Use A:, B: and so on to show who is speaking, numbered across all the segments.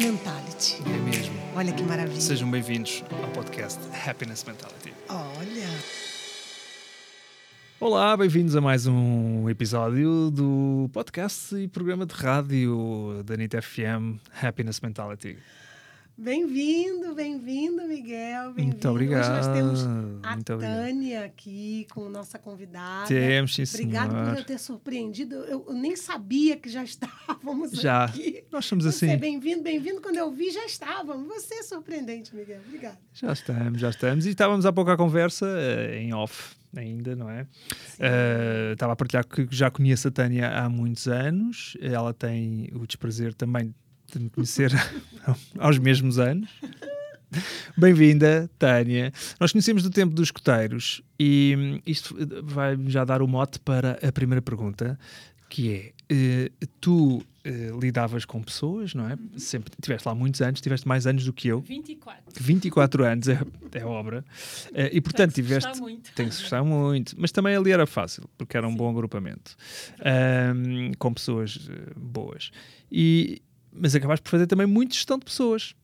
A: noite.
B: É mesmo.
A: Olha que maravilha.
B: Sejam bem-vindos ao podcast Happiness Mentality.
A: Olha.
B: Olá, bem-vindos a mais um episódio do podcast e programa de rádio da NIT FM Happiness Mentality.
A: Bem-vindo, bem-vindo, Miguel. Bem
B: Muito obrigado.
A: Hoje nós temos a
B: Muito obrigado.
A: Tânia aqui com nossa convidada.
B: Temos, sim,
A: Obrigado por
B: senhor.
A: eu ter surpreendido. Eu, eu nem sabia que já estávamos
B: Já.
A: aqui. é
B: Nós somos
A: Você
B: assim.
A: bem-vindo, bem-vindo. Quando eu vi, já estávamos. Você é surpreendente, Miguel. Obrigada.
B: Já estamos, já estamos. E estávamos há pouco à conversa, eh, em off ainda, não é? Eh, estava a partilhar que já conheço a Tânia há muitos anos. Ela tem o desprazer também de me conhecer aos mesmos anos. Bem-vinda, Tânia. Nós conhecemos do tempo dos escuteiros e hum, isto eh, vai já dar o mote para a primeira pergunta, que é: eh, tu eh, lidavas com pessoas, não é? Sempre tiveste lá muitos anos, tiveste mais anos do que eu.
C: 24.
B: 24 anos é, é obra. Eh, e portanto
C: Tem que se
B: tiveste.
C: esforçar muito.
B: Tem que se esforçar muito. Mas também ali era fácil, porque era um bom agrupamento. Ahm, com pessoas eh, boas. E, mas acabaste por fazer também muita gestão de pessoas.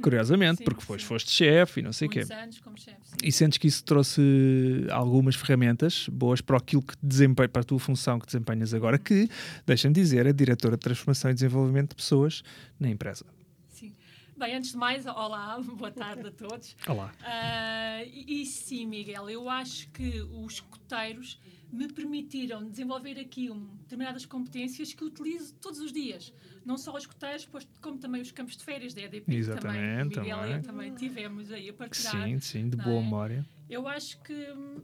B: Curiosamente,
C: Uhum. Sim,
B: porque foste,
C: sim.
B: foste chefe e não sei o quê.
C: Muitos anos como chefe. sim.
B: E sentes que isso trouxe algumas ferramentas boas para aquilo que desempenha, para a tua função que desempenhas agora, que, deixa-me dizer, é diretora de transformação e desenvolvimento de pessoas na empresa.
C: Sim. Bem, antes de mais, olá, boa tarde a todos.
B: Olá.
C: Ah, e, e sim, Miguel, eu acho que os escuteiros me permitiram desenvolver aqui um, determinadas competências que utilizo todos os dias. Não só os escuteiros, pois, como também os campos de férias da EDP. que
B: Exatamente,
C: também, o Miguel
B: não
C: e
B: é?
C: eu também tivemos aí a partilhar.
B: Sim, sim, de
C: não
B: boa
C: é?
B: memória.
C: Eu acho que hum,